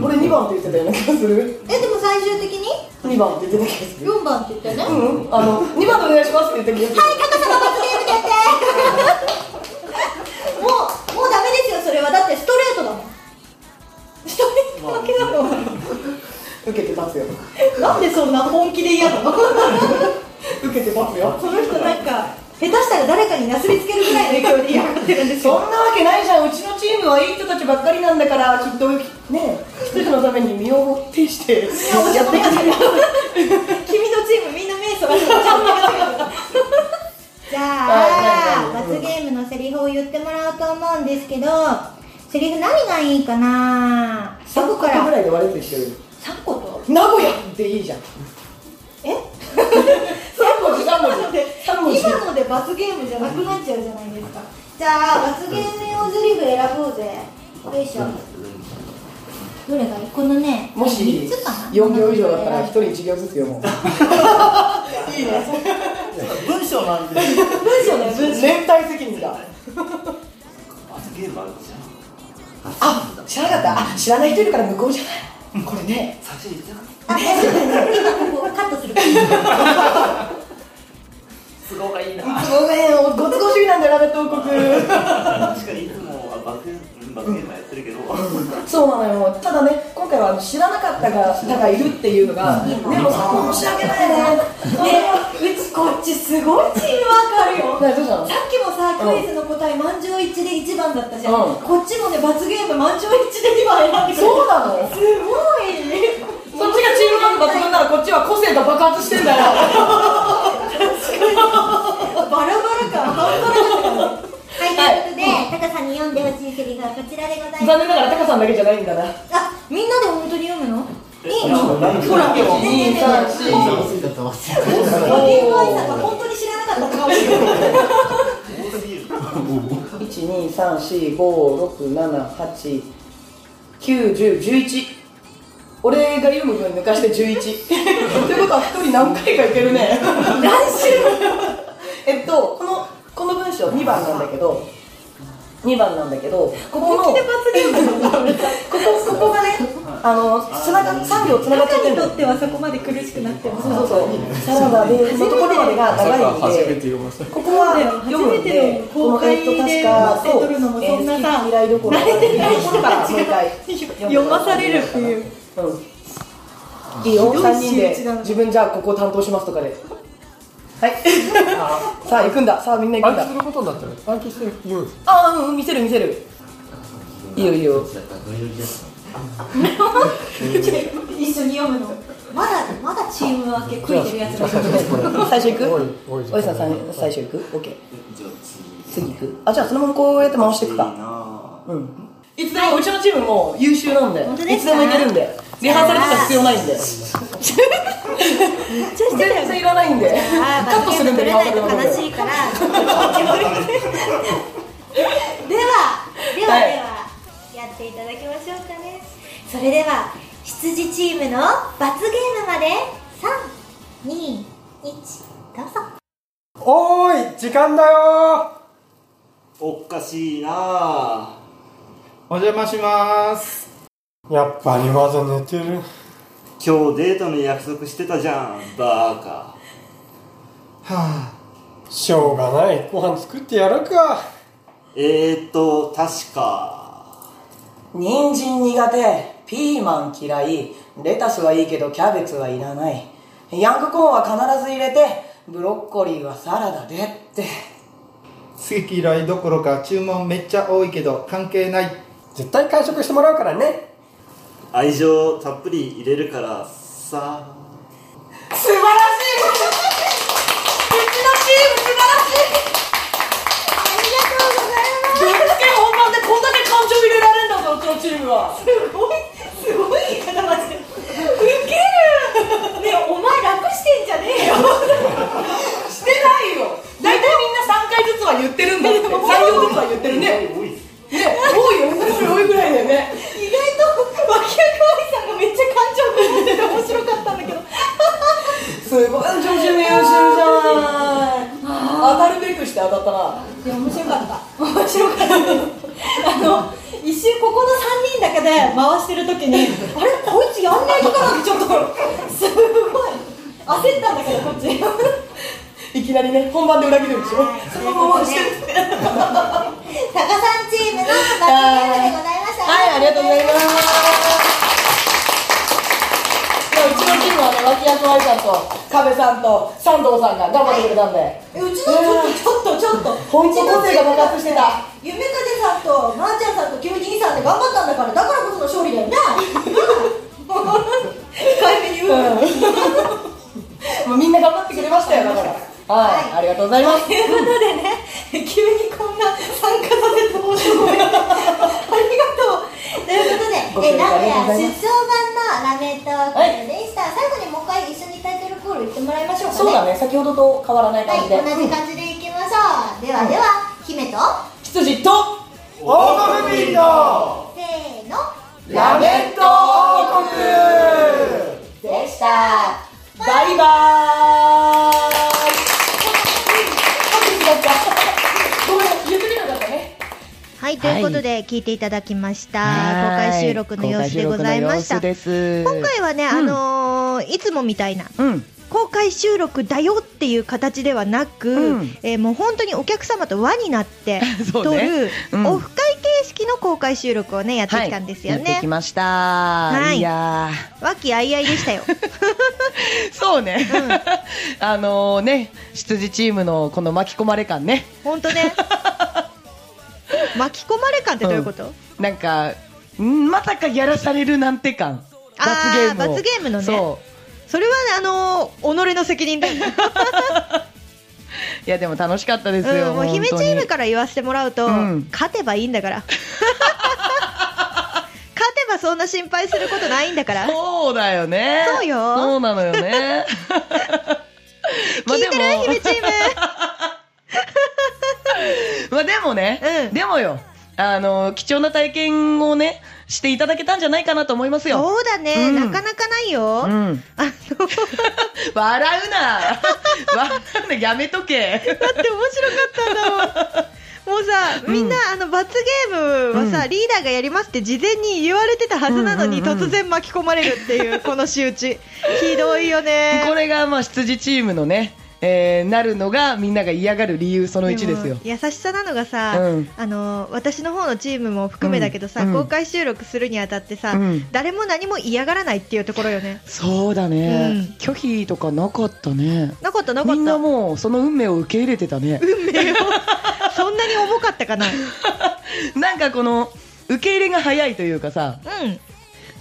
Speaker 3: ん俺2番って言ってたような気がする
Speaker 2: えでも最終的に
Speaker 3: 2番って言ってた気がする
Speaker 2: 4番って言ったよね、はい
Speaker 3: うんあの2番でお願いしますって言った気がする
Speaker 2: 高さの罰ゲーム決定 <laughs> もうもうダメですよそれはだってストレートだもんストレートだけだもん
Speaker 3: 受けて立つよ
Speaker 2: 受
Speaker 6: なんでそんな本気で嫌なの
Speaker 3: 受けてますよ
Speaker 6: その人なんか下手したら誰かになすりつけるぐらいの勢いで嫌がってるんです
Speaker 3: そん
Speaker 6: よ
Speaker 3: なわけないじゃんうちのチームはいい人たちばっかりなんだからきっとね一人のために身をもってしてやっていかない
Speaker 6: 君のチームみんな目そらしてちゃんとじゃあ罰ゲームのセリフを言ってもらおうと思うんですけどセリフ何がいいかなどこ
Speaker 3: 3
Speaker 6: か
Speaker 3: 回ぐ
Speaker 6: ら
Speaker 3: らいで割れてきてる
Speaker 6: 3個と
Speaker 3: 名古屋っていいじゃん
Speaker 6: え
Speaker 3: 3文字3文字3文字
Speaker 6: 今ので罰ゲームじゃなくなっちゃうじゃないですかじゃあ罰ゲーム用セリフ選ぼうぜよいしょどれがいいこのね
Speaker 3: もし
Speaker 6: 三つかな
Speaker 3: 4行以上だったら1人1行ずつ読もう
Speaker 6: <laughs> いいね
Speaker 5: 文章なんで
Speaker 6: 文章だよ文章
Speaker 3: 連帯責任だ
Speaker 5: 罰ゲームあるじゃん
Speaker 3: あ知らなかったあ知らない人いるから向こうじゃないこれね
Speaker 5: 最初言ってなかった
Speaker 6: あ大丈夫今ここカットするから
Speaker 9: 都合がいいな
Speaker 3: ごめんご都合主義なんだよラベット王国
Speaker 5: 確かにいつもあ罰ゲーム罰ゲームはやってるけど
Speaker 3: そうなのよただね今回はあの知らなかった方がいるっていうのがでもさ申し訳ないね
Speaker 6: ねうちこっちすごいチームワークある
Speaker 3: ねど
Speaker 6: よ
Speaker 3: うしたの
Speaker 6: さっきもさクイズの答え満場一致で1番だったじゃ
Speaker 3: うん
Speaker 6: ん、こっちもね罰ゲーム満場一致で2番選んでくれた
Speaker 3: そうなの
Speaker 6: すごい
Speaker 3: そっちがチームワーク抜群ならこっちは個性が爆発してんだよ
Speaker 6: バラバラ感半端なかったねはい、ということで、
Speaker 3: は
Speaker 6: タカさんに読んでほしいセリフはこちらでございます
Speaker 3: 残念ながらタカさんだけじゃないんだな
Speaker 6: あ、みんなで本当に読むのいいの
Speaker 5: ほら
Speaker 6: ほら、ねえねえねえ
Speaker 3: 1 2 3 4
Speaker 6: も
Speaker 2: 忘
Speaker 6: う
Speaker 2: れたった忘れた
Speaker 6: お電話さんが本当に知らなかった顔してる
Speaker 3: 1234567891011俺が読む分抜かして11ということは1人何回かいけるね何週 <laughs> えっとこのこの文章2番なんだけど2番なんだけどここのここここがねあのつなが3行つながっちゃってる
Speaker 6: 彼に
Speaker 3: の
Speaker 6: とってはそこまで苦しくなってます
Speaker 3: そうそうそうサラダでそのところまでが長いんで
Speaker 10: て読ませ
Speaker 3: ここは読むんで、このえっと確かそう、未来旅行からもう一回
Speaker 6: 読まされるっていう
Speaker 3: うん。いいよ、三人で自分じゃあここ担当しますとかで。はい。 <laughs> さあ行くんだ。さあみんな行くんだ。
Speaker 10: ることになってる暗記してる
Speaker 3: ああうん見せる見せる。いいよいいよ。
Speaker 6: 一緒に読むのまだまだチーム分け食いてるやつらいる
Speaker 3: 最初行く？
Speaker 10: おい
Speaker 3: おじさんさん最初行く？オッケー。
Speaker 5: じゃあ次
Speaker 3: 次行く？あじゃあそのままこうやって回していく
Speaker 5: いい
Speaker 3: か。
Speaker 5: なあ
Speaker 3: うん。いつでもうちのチームも優秀なんで
Speaker 6: 本当、
Speaker 3: い
Speaker 6: です
Speaker 3: つ
Speaker 6: か
Speaker 3: でもいけるんで、リハーサルとか必要ないんで。全然いらないんで、カットするんで、
Speaker 6: 取
Speaker 3: リ
Speaker 6: れ
Speaker 3: ハー
Speaker 6: な
Speaker 3: サ
Speaker 6: い
Speaker 3: ルの部
Speaker 6: と
Speaker 3: 分
Speaker 6: 悲しいからではではでは、
Speaker 3: はい
Speaker 6: やっていただきましょうかねそれでは羊チームの罰ゲームまで321どうぞ
Speaker 10: おーい時間だよ
Speaker 5: おかしいなあ
Speaker 10: お邪魔しますやっぱりまだ寝てる
Speaker 5: 今日デートの約束してたじゃんバーカ
Speaker 10: はあしょうがないご飯作ってやるか
Speaker 5: えーっと確か
Speaker 3: 人参苦手ピーマン嫌いレタスはいいけどキャベツはいらないヤングコーンは必ず入れてブロッコリーはサラダでって
Speaker 11: 好き嫌いどころか注文めっちゃ多いけど関係ない
Speaker 10: 絶対完食してもらうからね
Speaker 5: 愛情たっぷり入れるからさ
Speaker 3: 素晴らしいうちのチーム素晴らしい
Speaker 6: あり
Speaker 3: ぶっつけ本番でこんだけ感情入れられるんだぞうちのチームは
Speaker 6: がとうございますすごいすごい方マジでウケるねえお前楽してんじゃねえよ
Speaker 3: してないよ大体みんな3回ずつは言ってるんだって3行ずつは言ってるね
Speaker 5: 多い
Speaker 3: ね多いよねそれ多いぐらいだよね
Speaker 6: 意外と脇役愛さんがめっちゃ感情込めてて面白かったんだけど
Speaker 3: すごい上手に優秀じゃん当たるべくして当たったない
Speaker 6: や面白かった面白かったあの一瞬ここの3人だけで回してる時にあれこいつやんない人かなってちょっとすごい焦ったんだけどこっち
Speaker 3: いきなりね、本番で裏切るんでしょ
Speaker 6: はい。
Speaker 3: そのまましてるって。
Speaker 6: タカさんチームの罰ゲームでございました
Speaker 3: はい、ありがとうございます。ではうちの
Speaker 12: のチームはね、脇役愛さんと、加部さんと、三藤さんが頑張ってくれたんで。
Speaker 2: えうちのちょっとちょっとちょっと
Speaker 12: ほんと
Speaker 2: うちの
Speaker 12: 個性が爆発してた
Speaker 2: 夢風さんとまー、ちゃんさんとキム兄さんで頑張ったんだからだからこその勝利だよね <laughs> 控えめに言うからはい
Speaker 12: もうみんな頑張ってくれましたよ、だから。はい、ありがとうございます。
Speaker 2: ということでね <laughs> 急にこんな参加させて申し訳ない <laughs> ありがとうというこ
Speaker 12: ご
Speaker 2: とで
Speaker 12: 清
Speaker 2: え
Speaker 12: 聴
Speaker 2: 名
Speaker 12: あ
Speaker 2: 古
Speaker 12: りがとうございま
Speaker 2: 屋出張版のラメットークでした、最後にもう一回一緒にタイトルコール言ってもらいましょうかね
Speaker 12: そうだね、先ほどと変わらない
Speaker 2: はい
Speaker 12: 感じで。
Speaker 2: 同じ感じでいきましょう、ではでは、姫と
Speaker 12: 羊と、
Speaker 10: オートフミの
Speaker 2: せーの
Speaker 12: ラメット王国でした。バイバーイごめん、言ってみなかったね。
Speaker 6: はい、ということで聞いていただきました。公
Speaker 3: はい
Speaker 6: 開収録の様子でございました。
Speaker 3: 公開収録の
Speaker 6: 今
Speaker 3: 様子
Speaker 6: 回はね、あのーいつもみたいな
Speaker 3: です。うん。
Speaker 6: 公開収録だよっていう形ではなく、
Speaker 3: うん
Speaker 6: えーもう本当にお客様と輪になって
Speaker 3: <laughs> そ
Speaker 6: 撮
Speaker 3: うね
Speaker 6: る、
Speaker 3: うん
Speaker 6: オフ会形式の公開収録をねやってきたんですよ
Speaker 3: はいやっ
Speaker 6: ね
Speaker 3: てき。ました。
Speaker 6: い
Speaker 3: いや
Speaker 6: 和気あいあいでし
Speaker 3: <laughs>
Speaker 6: たよ。
Speaker 3: ー。そうね。
Speaker 6: <laughs>
Speaker 3: あのね、羊チームのこの巻き込まれ感ね。
Speaker 6: 本当ね。巻き込まれ感ってどういうこと？
Speaker 3: なんか、んまさかやらされるなんて感。
Speaker 6: あ
Speaker 3: 罰ゲー
Speaker 6: ー
Speaker 3: ムを。
Speaker 6: 罰ゲームのね
Speaker 3: そう。
Speaker 6: それはねあのー己の責任だよね。
Speaker 3: いや、でも楽しかったです
Speaker 6: う
Speaker 3: よ。
Speaker 6: ん、もう姫チーム
Speaker 3: ら。
Speaker 6: から言わせてもらうと、
Speaker 3: うん
Speaker 6: 勝てばいいんだから
Speaker 3: <laughs>
Speaker 6: 勝てばそんな心配することないんだから
Speaker 3: そうだよね。
Speaker 6: そうよ
Speaker 3: そうなのよ
Speaker 6: <laughs>
Speaker 3: ね。まあ
Speaker 6: 聞い
Speaker 3: で
Speaker 6: てる
Speaker 3: も
Speaker 6: 姫
Speaker 3: <laughs>
Speaker 6: チーム
Speaker 3: まあでもね、
Speaker 6: うん
Speaker 3: でもよ、あの、貴重な体験をね、していただけたんじゃないかなと思いますよ。
Speaker 6: そうだね、
Speaker 3: うん
Speaker 6: なかなかないよ、
Speaker 3: う
Speaker 6: あ
Speaker 3: ん。
Speaker 6: の
Speaker 3: 笑うな <laughs> 笑うなやめとけ
Speaker 6: だって面白かったんだもんもうさみんな、あの罰ゲームはさ、
Speaker 3: うん
Speaker 6: リーダーがやりますって事前に言われてたはずなのに、
Speaker 3: うんうんうん
Speaker 6: 突然巻き込まれるっていうこの仕打ちひどいよね
Speaker 3: これがまあ羊チームのね、えーなるのがみんなが嫌がる理由その1ですよ
Speaker 6: も優しさなのがさ、
Speaker 3: うん
Speaker 6: あの私の方のチームも含めだけどさ、
Speaker 3: うん
Speaker 6: 公開収録するにあたってさ、
Speaker 3: うん
Speaker 6: 誰も何も嫌がらないっていうところよね
Speaker 3: そうだね、
Speaker 6: うん
Speaker 3: 拒否とかなかったね
Speaker 6: なかったなか
Speaker 3: み
Speaker 6: っ
Speaker 3: ん
Speaker 6: た
Speaker 3: なもうその運命を受け入れてたね
Speaker 6: そんなに重かったかなう
Speaker 3: なんかこの受け入れが早いというかさ
Speaker 6: ん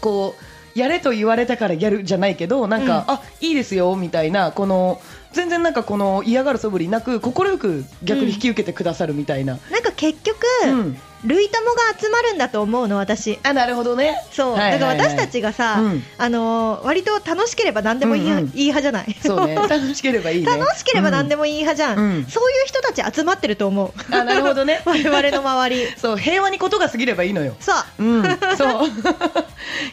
Speaker 3: こうやれと言われたからやるじゃないけどなんか、
Speaker 6: うん
Speaker 3: あいいですよみたいなこの全然なんかこの嫌がる素振りなく快く逆に引き受けてくださるみたいな、
Speaker 6: なんか結局、
Speaker 3: うん
Speaker 6: 類友が集まるんだと思うの私
Speaker 3: あなるほどね
Speaker 6: そう、
Speaker 3: はいはいはい
Speaker 6: だから私たちがさ、
Speaker 3: うん
Speaker 6: あのー割と楽しければ何でもいい,、
Speaker 3: うんうん
Speaker 6: いい派じゃない
Speaker 3: そう
Speaker 6: <laughs>
Speaker 3: ね楽しければいいね
Speaker 6: 楽しければ何で
Speaker 3: も、
Speaker 6: もいい派じゃん、
Speaker 3: うん
Speaker 6: そういう人たち集まってると思う
Speaker 3: うんあなるほどね
Speaker 6: <laughs> 我々の周り
Speaker 3: そう平和にことが過ぎればいいのよ
Speaker 6: そう
Speaker 3: うんそう
Speaker 6: <laughs>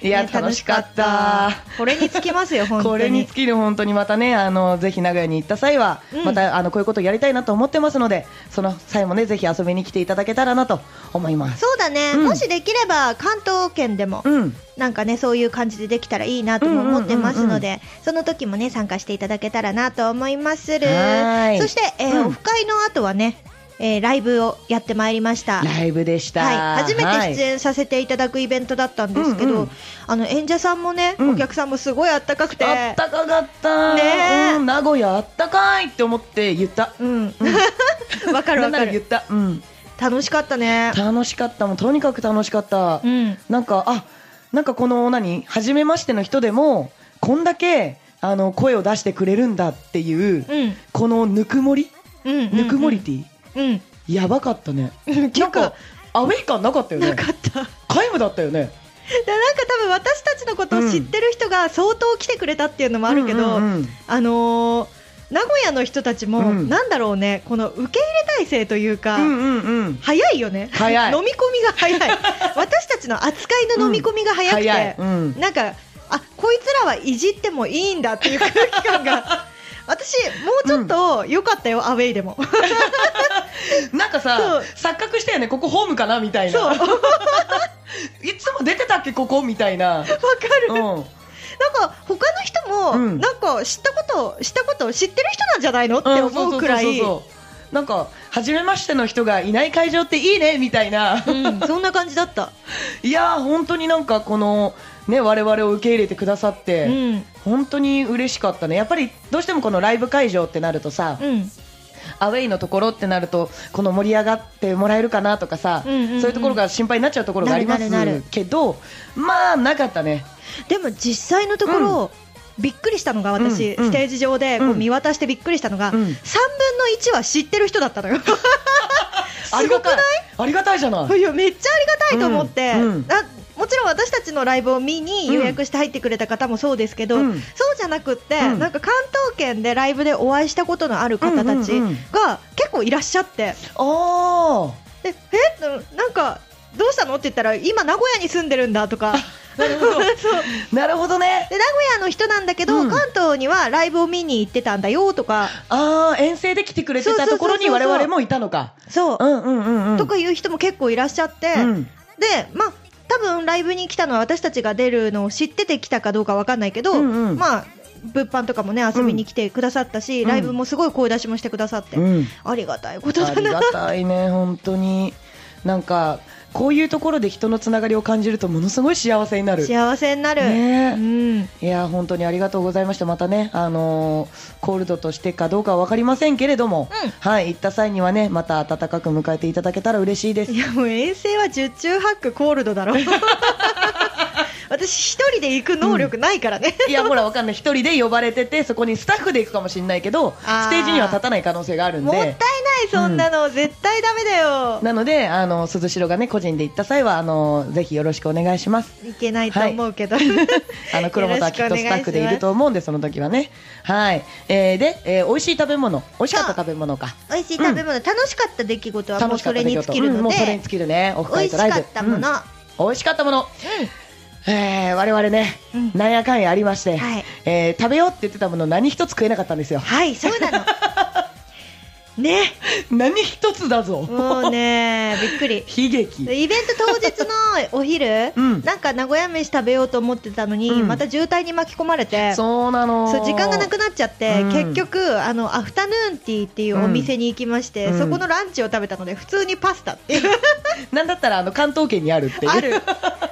Speaker 3: いや、
Speaker 6: ね
Speaker 3: 楽しかった
Speaker 6: これにつきますよ、本当に。
Speaker 3: これに尽きる本当にまたねあのぜひ名古屋に行った際は、
Speaker 6: うん
Speaker 3: またあのこういうことやりたいなと思ってますのでその際もねぜひ遊びに来ていただけたらなと思います
Speaker 6: そうだね、
Speaker 3: うん
Speaker 6: もしできれば関東圏でも、
Speaker 3: うん
Speaker 6: なんかねそういう感じでできたらいいなとも思ってますので、その時もね参加していただけたらなと思いまする
Speaker 3: はーい
Speaker 6: そして、えー
Speaker 3: うん
Speaker 6: オフ会の後はね、えーライブをやってまいりました
Speaker 3: ライブでした、
Speaker 6: はい、初めて出
Speaker 3: 演
Speaker 6: 演させていただくイベントだったんですけど、
Speaker 3: うんうん
Speaker 6: あの演者さんもね、
Speaker 3: うん
Speaker 6: お客さんもすごいあったかくて
Speaker 3: あったかかった、
Speaker 6: ねえ
Speaker 3: うん、名古屋あったかいって思って言った
Speaker 6: うん <laughs> わかる
Speaker 3: な
Speaker 6: わ
Speaker 3: んな
Speaker 6: から
Speaker 3: 言っ
Speaker 6: る
Speaker 3: た、うん、
Speaker 6: 楽しかったね
Speaker 3: 楽しかったもうとにかく楽しかった、
Speaker 6: うん
Speaker 3: なんかあなんかこの何初めましての人でもこんだけあの声を出してくれるんだっていう、
Speaker 6: うん
Speaker 3: このぬくもり
Speaker 6: うんうんうん
Speaker 3: ぬくもりティ、
Speaker 6: うん
Speaker 3: やばかったね
Speaker 6: てい
Speaker 3: な
Speaker 6: うんか
Speaker 3: かアウェイ感なかったよね
Speaker 6: なかった <laughs>
Speaker 3: 皆無だったよね
Speaker 6: でなんか多分私たちのことを知ってる人が相当来てくれたっていうのもあるけど、
Speaker 3: うんうんうん
Speaker 6: あのー名古屋の人たちも、
Speaker 3: うん
Speaker 6: なんだろうねこの受け入れ体制というか、
Speaker 3: うんうんうん
Speaker 6: 早いよね
Speaker 3: 早い
Speaker 6: 飲み込みが早い
Speaker 3: <laughs>
Speaker 6: 私たちの扱いの飲み込みが早く
Speaker 3: うん早い
Speaker 6: て、
Speaker 3: うん
Speaker 6: なんかあこいつらはいじってもいいんだっていう空気
Speaker 3: <laughs>
Speaker 6: 感が私もうちょっと良かったよ、アウェイでも
Speaker 3: なんかさ錯覚したよねここホームかなみた <laughs> い
Speaker 6: <laughs> そう
Speaker 3: な
Speaker 6: わかる
Speaker 3: いつも出てたっけここみたいな
Speaker 6: <laughs>
Speaker 3: うん
Speaker 6: なんか他の人も、
Speaker 3: うん
Speaker 6: なんか知ったこと知ったこと知ってる人なんじゃないのって思うくらい
Speaker 3: んそうそうそうそうなんか初めましての人がいない会場っていいねみたいな、
Speaker 6: うん、そんな感じだった。
Speaker 3: <laughs> いやー本当になんかこのね我々を受け入れてくださっ
Speaker 6: う
Speaker 3: て、
Speaker 6: ん、
Speaker 3: 本当に嬉しかったねやっぱりどうしてもこのライブ会場ってなるとさ、
Speaker 6: うん、
Speaker 3: アウェイのところってなるとこの盛り上がってもらえるかなとかさ、
Speaker 6: うんうんうん
Speaker 3: そういうところが心配になっちゃうところがあります
Speaker 6: なるなるなる
Speaker 3: けどまあなかったね
Speaker 6: でも実際のところ、びっくりしたのが私、
Speaker 3: うんうん
Speaker 6: ステージ上でこう
Speaker 3: うん
Speaker 6: 見渡してびっくりしたのが、
Speaker 3: うん
Speaker 6: 3分の1は知ってる人だったのよ。
Speaker 3: <laughs> あ
Speaker 6: す
Speaker 3: り
Speaker 6: ご
Speaker 3: が
Speaker 6: く
Speaker 3: たいありがたいじゃない
Speaker 6: いやめっちゃありがたいと思って、
Speaker 3: うんうん
Speaker 6: あもちろん私たちのライブを見に予約して入ってくれた方もそうですけど、
Speaker 3: うん
Speaker 6: そうじゃなくって、
Speaker 3: うん
Speaker 6: なんか関東圏でライブでお会いしたことのある方た
Speaker 3: う
Speaker 6: ち
Speaker 3: んうんうん
Speaker 6: が結構いらっしゃって、
Speaker 3: あ
Speaker 6: でえなんかどうしたのって言ったら今、名古屋に住んでるんだと
Speaker 3: <laughs>
Speaker 6: か。
Speaker 3: ーなるほどね
Speaker 6: で名古屋の人なんだけど、
Speaker 3: うん
Speaker 6: 関東にはライブを見に行ってたんだよとか
Speaker 3: ああ遠征で来てくれてたところに
Speaker 6: そうそう
Speaker 3: 我
Speaker 6: そうそう
Speaker 3: 々もいたのか
Speaker 6: そう、
Speaker 3: うんうんうんうん
Speaker 6: とかいう人も結構いらっしゃって、
Speaker 3: うん
Speaker 6: でまあ多分ライブに来たのは私たちが出るのを知ってて来たかどうかわかんないけど、
Speaker 3: うんうん
Speaker 6: まあ物販とかもね遊びに来てくださったし、
Speaker 3: うん
Speaker 6: ライブもすごい声出しもしてくださって、
Speaker 3: うん
Speaker 6: ありがたいこと
Speaker 3: あ
Speaker 6: だ
Speaker 3: り
Speaker 6: な
Speaker 3: がたいね、本当に。なんか、こういうところで人のつながりを感じると、ものすごい幸せになる。
Speaker 6: 幸せになる、
Speaker 3: ねえ
Speaker 6: うん、
Speaker 3: いや、本当にありがとうございました。またね、あのーコールドとしてかどうかは分かりませんけれども、
Speaker 6: うん
Speaker 3: はい、行った際にはね、また温かく迎えていただけたら嬉しい
Speaker 6: <laughs>
Speaker 3: です
Speaker 6: い。やもう遠征は十中八九コールドだ
Speaker 3: <laughs>
Speaker 6: ろ私一人で行く能力ないからね、
Speaker 3: いや、ほら、わかんない。一人で呼ばれてて、そこにスタッフで行くかもしれないけど、
Speaker 6: あー
Speaker 3: ステージには立たない可能性があるん
Speaker 6: もったいな
Speaker 3: で
Speaker 6: い。そんなの、絶対ダメだよ
Speaker 3: なので、あの、鈴代がね、個人で行った際は、あのぜひよろしくお願いします。
Speaker 6: いけないと思うけ <laughs> ど、
Speaker 3: あの黒本はきっとスタッフでいると思うんで、その時はね。はい。えーで、えー美味しい食べ物、美味しかった食べ物か。
Speaker 6: 美味しい食べ物、楽しかった出来事はもう
Speaker 3: 楽しか
Speaker 6: そ
Speaker 3: った
Speaker 6: れ
Speaker 3: 出
Speaker 6: に
Speaker 3: 来
Speaker 6: 尽
Speaker 3: 事。
Speaker 6: きる
Speaker 3: うん
Speaker 6: の
Speaker 3: もうそれ
Speaker 6: で
Speaker 3: に尽きるね。オフ
Speaker 6: 美
Speaker 3: 会
Speaker 6: 味
Speaker 3: と
Speaker 6: し
Speaker 3: ライ
Speaker 6: か
Speaker 3: ブ。
Speaker 6: ったもの、
Speaker 3: うん美味しかったもの。えー我々ね、なんやかんやありまして、
Speaker 6: はい
Speaker 3: えー食べようって言ってたもの何一つ食えなかったんです
Speaker 6: <laughs>
Speaker 3: よ。
Speaker 6: はいそうなのね
Speaker 3: 何一つだぞ。
Speaker 6: もうねびっくり
Speaker 3: 悲劇。
Speaker 6: イベント当日のお昼、
Speaker 3: うん
Speaker 6: なんか名古屋飯食べようと思ってたのに、
Speaker 3: うん
Speaker 6: また渋滞に巻き込まれて
Speaker 3: そうなの。
Speaker 6: そう時間がなくなっちゃって、
Speaker 3: うん
Speaker 6: 結局あのアフタヌーンティーっていうお店に行きまして、
Speaker 3: うん
Speaker 6: そこのランチを食べたので普通にパスタっていう
Speaker 3: なんだったら、あの、関東圏にあるっていう。
Speaker 6: ある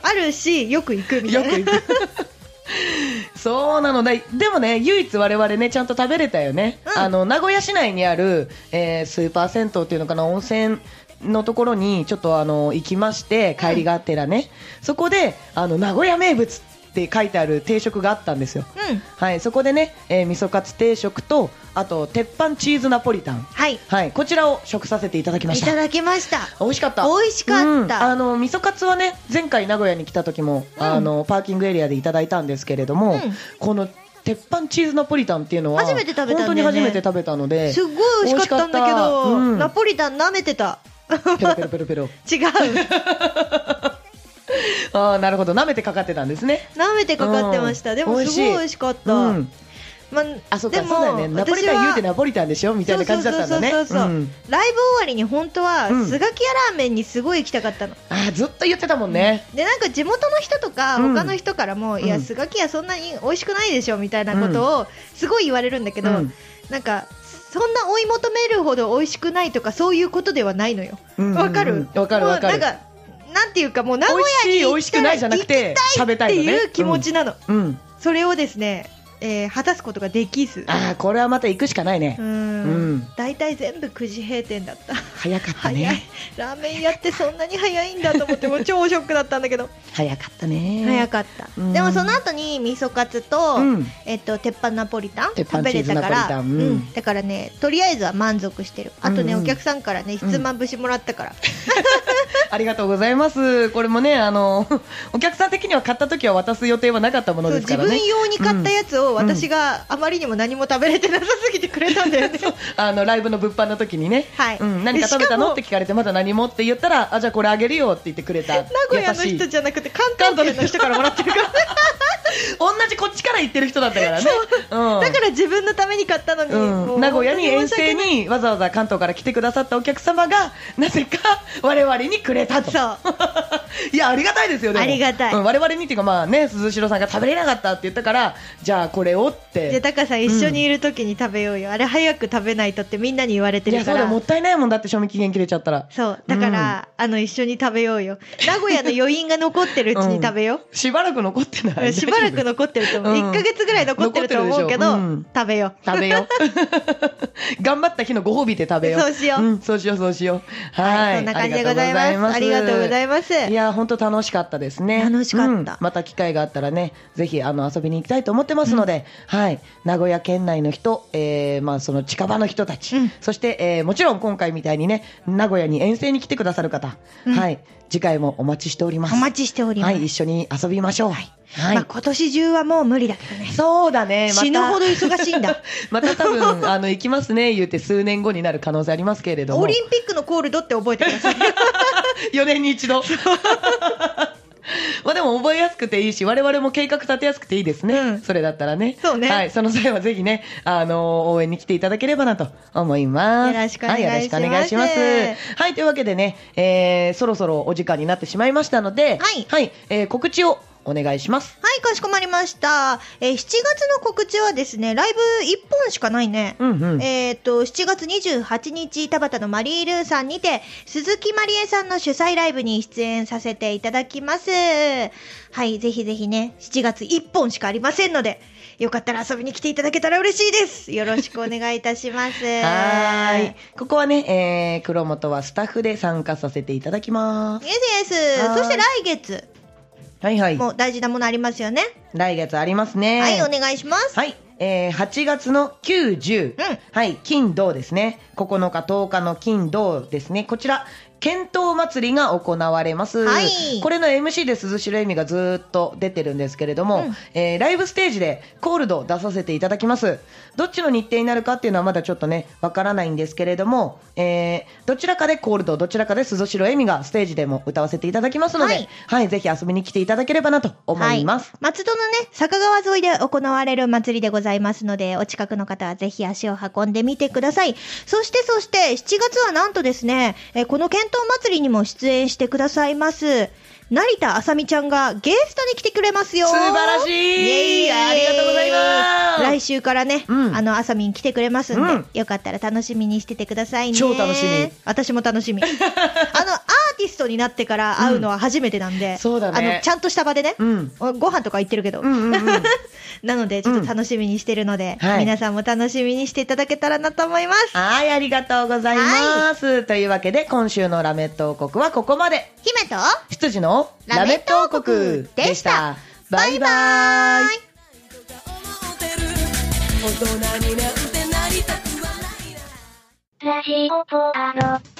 Speaker 6: あるしよく行くみた
Speaker 3: よ
Speaker 6: い
Speaker 3: く
Speaker 6: な
Speaker 3: 行く。 <laughs> そうなのだでもね、唯一我々ね、ちゃんと食べれたよね、
Speaker 6: うん
Speaker 3: あの名古屋市内にある、えースーパー銭湯っていうのかな、温泉のところにちょっとあの行きまして、帰りがてらね、そこであの名古屋名物って書いてある定食があったんですよ、
Speaker 6: うん
Speaker 3: はい、そこでね、えー味噌カツ定食と、あと鉄板チーズナポリタン、
Speaker 6: はい
Speaker 3: はい、こちらを食させていただきま
Speaker 6: い
Speaker 3: した
Speaker 6: た。だきました
Speaker 3: 美味しかった
Speaker 6: 美味しかった
Speaker 3: うんあの味噌カツはね前回名古屋に来た時も、あのパーキングエリアでいただいたんですけれども、
Speaker 6: うん
Speaker 3: この鉄板チーズナポリタンっていうのは
Speaker 6: 初めて食べたんだよね
Speaker 3: 本当に初めて食べたのです
Speaker 6: っごい美味しかったんだけど、ナポリタン舐めてた
Speaker 3: ペロペロペロペロ <laughs>
Speaker 6: 違う
Speaker 3: ああなるほど舐めてかかってたんですね
Speaker 6: 舐めてかかってました、
Speaker 3: うん
Speaker 6: でもすごい美味しかった、
Speaker 3: うん、
Speaker 6: ま
Speaker 3: あそう
Speaker 6: で
Speaker 3: か
Speaker 6: も
Speaker 3: そうだよねナポリタン言うてナポリタンでしょみたいな感じだったんだね
Speaker 6: そうそうそうそうそう、
Speaker 3: うん
Speaker 6: ライブ終わりに本当は、
Speaker 3: うん
Speaker 6: スガキ屋ラーメンにすごい行きたかったの
Speaker 3: あーずっと言ってたもんね、
Speaker 6: でなんか地元の人とか
Speaker 3: うん
Speaker 6: 他の人からも、
Speaker 3: ん
Speaker 6: いやスガキ屋そんなに美味しくないでしょみたいなことをすごい言われるんだけど、
Speaker 3: うん
Speaker 6: なんかそんな追い求めるほど美味しくないとかそういうことではないのよ
Speaker 3: うんうんうん
Speaker 6: わかる
Speaker 3: わかる
Speaker 6: もう
Speaker 3: わかる
Speaker 6: なんかなんていうかもう名古
Speaker 3: 美味しい
Speaker 6: 屋に
Speaker 3: 美
Speaker 6: 行
Speaker 3: 味
Speaker 6: っ
Speaker 3: しく
Speaker 6: た
Speaker 3: な
Speaker 6: ら
Speaker 3: いじゃ
Speaker 6: 行
Speaker 3: な
Speaker 6: き
Speaker 3: く
Speaker 6: た
Speaker 3: て
Speaker 6: い
Speaker 3: 食べた
Speaker 6: っ
Speaker 3: い
Speaker 6: て
Speaker 3: のね
Speaker 6: いう気持ちなの、
Speaker 3: うん、うん
Speaker 6: それをですね、えー果たすことができず
Speaker 3: ああこれはまた行くしかないね、
Speaker 6: う
Speaker 3: うん
Speaker 6: ん大体全部9時閉店だった
Speaker 3: 早かった
Speaker 6: 早い
Speaker 3: ね
Speaker 6: ラーメン屋ってそんなに早いんだと思ってもう超ショックだったんだけど
Speaker 3: 早かったね
Speaker 6: 早かった、
Speaker 3: うん
Speaker 6: でもその後に味噌カツと、
Speaker 3: うん
Speaker 6: えっと、鉄板ナポリタン
Speaker 3: 鉄板
Speaker 6: 食べれたか
Speaker 3: チーズナポリタン
Speaker 6: ら、う
Speaker 3: うん
Speaker 6: んだからねとりあえずは満足してるあとね、
Speaker 3: うんうん
Speaker 6: お客さんからねひつまぶしもらったから、
Speaker 3: <laughs> ありがとうございます。これもね、あの、 <laughs> お客さん的には買った時は渡す予定はなかったもの
Speaker 6: そう
Speaker 3: ですか
Speaker 6: 自
Speaker 3: らね。
Speaker 6: 分用に買った
Speaker 3: うん
Speaker 6: やつを私があまりにも何も食べれてなさすぎてくれたんだよ
Speaker 3: <laughs>
Speaker 6: ね
Speaker 3: あの、ライブの物販の時にね、
Speaker 6: はい
Speaker 3: うん、何か食べた
Speaker 6: しか
Speaker 3: の
Speaker 6: も
Speaker 3: って聞かれて、まだ何もって言ったら、あ、
Speaker 6: <laughs>
Speaker 3: じゃあこれあげるよって言ってくれた。名
Speaker 6: 名古屋の人じゃなくて関
Speaker 3: 関
Speaker 6: 東
Speaker 3: 東 <laughs>
Speaker 6: 圏の人からもらってるから
Speaker 3: じこっちから言ってる人だったからね。うん
Speaker 6: だから自分のために買ったのに、も
Speaker 3: う、
Speaker 6: うん
Speaker 3: 名古屋に遠
Speaker 6: 本当申し
Speaker 3: 征
Speaker 6: 訳ない
Speaker 3: にわざわざ関東から来てくださったお客様がなぜか我々にくれたと
Speaker 6: そう
Speaker 3: <laughs> いやありがたいですよね
Speaker 6: ありがたい
Speaker 3: 我々にっていうかまあね鈴代さんが食べれなかったって言ったからじゃあこれをっ
Speaker 6: じゃあ
Speaker 3: て
Speaker 6: タカさん一緒にいる時に食べようよ、あれ早く食べないとってみんなに言われて
Speaker 3: いや
Speaker 6: る
Speaker 3: そ
Speaker 6: か
Speaker 3: うだ
Speaker 6: ら
Speaker 3: もったいないもんだって賞味期限切れちゃったら
Speaker 6: そうだから、あの一緒に食べようよ名古屋の余韻が残ってるうちに食べよう、
Speaker 3: しばらく残ってない
Speaker 6: しばらく残ってると思う、
Speaker 3: うん
Speaker 6: 1か月ぐらい残ってると思うけど、
Speaker 3: 残ってるでしょうん
Speaker 6: 食べよう
Speaker 3: 食べよ
Speaker 6: <laughs>
Speaker 3: う頑張った日のご褒美で食べよう
Speaker 6: そうしようん
Speaker 3: そうしようそうしよう
Speaker 6: は
Speaker 3: はいい
Speaker 6: そんな感じでございます
Speaker 3: ありがとうございます
Speaker 6: ありがとうございます
Speaker 3: いや本当楽しかったですね
Speaker 6: 楽しかった
Speaker 3: うんまた機会があったらねぜひあの遊びに行きたいと思ってますので、はい名古屋県内の人、えーまあその近場の人たち、
Speaker 6: うん
Speaker 3: そして、えーもちろん今回みたいにね名古屋に遠征に来てくださる方、はい次回もお待ちしております
Speaker 6: お待ちしております、
Speaker 3: はい一緒に遊びましょうはい、
Speaker 6: まあ、今年中はもう無理だけどね
Speaker 3: そうだね、また
Speaker 6: 死ぬほど忙しいんだ
Speaker 3: <laughs> また多分あの行きますね言うて数年後になる可能性ありますけれども
Speaker 6: オリンピックのコールドって覚えてください
Speaker 3: 4年に一
Speaker 6: <laughs>
Speaker 3: 度 <laughs> まあでも覚えやすくていいし我々も計画立てやすくていいですね、
Speaker 6: うん
Speaker 3: それだったらね
Speaker 6: そうね
Speaker 3: はい、その際はぜひねあの応援に来ていただければなと思います
Speaker 6: よろしくお願いし
Speaker 3: は
Speaker 6: ます
Speaker 3: い、よろしくお願いしますはいというわけでね、えーそろそろお時間になってしまいましたので
Speaker 6: はい
Speaker 3: えー告知をお願いします
Speaker 6: はいかしこまりました、えー7月の告知はですねライブ1本しかないね、
Speaker 3: うんうん
Speaker 6: えーっと7月28日田畑のマリールーさんにて鈴木マリエさんの主催ライブに出演させていただきますはいぜひぜひね7月1本しかありませんのでよかったら遊びに来ていただけたら嬉しいですよろしくお願いいたします
Speaker 3: <laughs> はーい。ここはね、えー、黒本はスタッフで参加させていただきます。
Speaker 6: イエスイエス
Speaker 3: はーい
Speaker 6: そして来月
Speaker 3: はいはい。
Speaker 6: も大事なものありますよね、
Speaker 3: 来月ありますね。
Speaker 6: はいお願いします
Speaker 3: はい。えー、8月の9、10、
Speaker 6: うん
Speaker 3: はい、金、土ですね。9日、10日の金、土ですね。こちら、検討祭りが行われます。
Speaker 6: はい
Speaker 3: これの MC で鈴代恵美がずーっと出てるんですけれども、
Speaker 6: うん
Speaker 3: えーライブステージでコールドを出させていただきます。どっちの日程になるかっていうのはまだちょっとね、わからないんですけれども、えーどちらかでコールド、どちらかで鈴代恵美がステージでも歌わせていただきますので、
Speaker 6: は
Speaker 3: はいい、ぜひ遊びに来ていただければなと思います。
Speaker 6: はい、松戸のね、坂川沿いで行われる祭りでございますので、お近くの方はぜひ足を運んでみてください。そしてそして、7月はなんとですね、えーこの検討祭りにも出演してくださいます。成田あさみちゃんがゲストに来てくれますよ
Speaker 3: 素晴らしい
Speaker 6: イエイイエイ
Speaker 3: ありがとうございます
Speaker 6: 来週からね、
Speaker 3: うん
Speaker 6: あの、あさみん来てくれますんで、
Speaker 3: うん
Speaker 6: よかったら楽しみにしててくださいね。
Speaker 3: 超楽しみ
Speaker 6: 私も楽
Speaker 3: <laughs>
Speaker 6: しみ。あの、アーティストになってから会うのは初めてなんで、
Speaker 3: <laughs> そうだね
Speaker 6: あの、ちゃんとした場でね、
Speaker 3: うん
Speaker 6: ご飯とか行ってるけど、
Speaker 3: うんうんうん
Speaker 6: <laughs> なのでちょっと楽しみにしてるので、
Speaker 3: うんはい
Speaker 6: 皆さんも楽しみにしていただけたらなと思います
Speaker 3: はい、ありがとうございます。というわけで、今週のラメット王国はここまで。
Speaker 6: 姫と
Speaker 3: 羊のラメット王国でした。バイバイ。
Speaker 13: ラジオポアド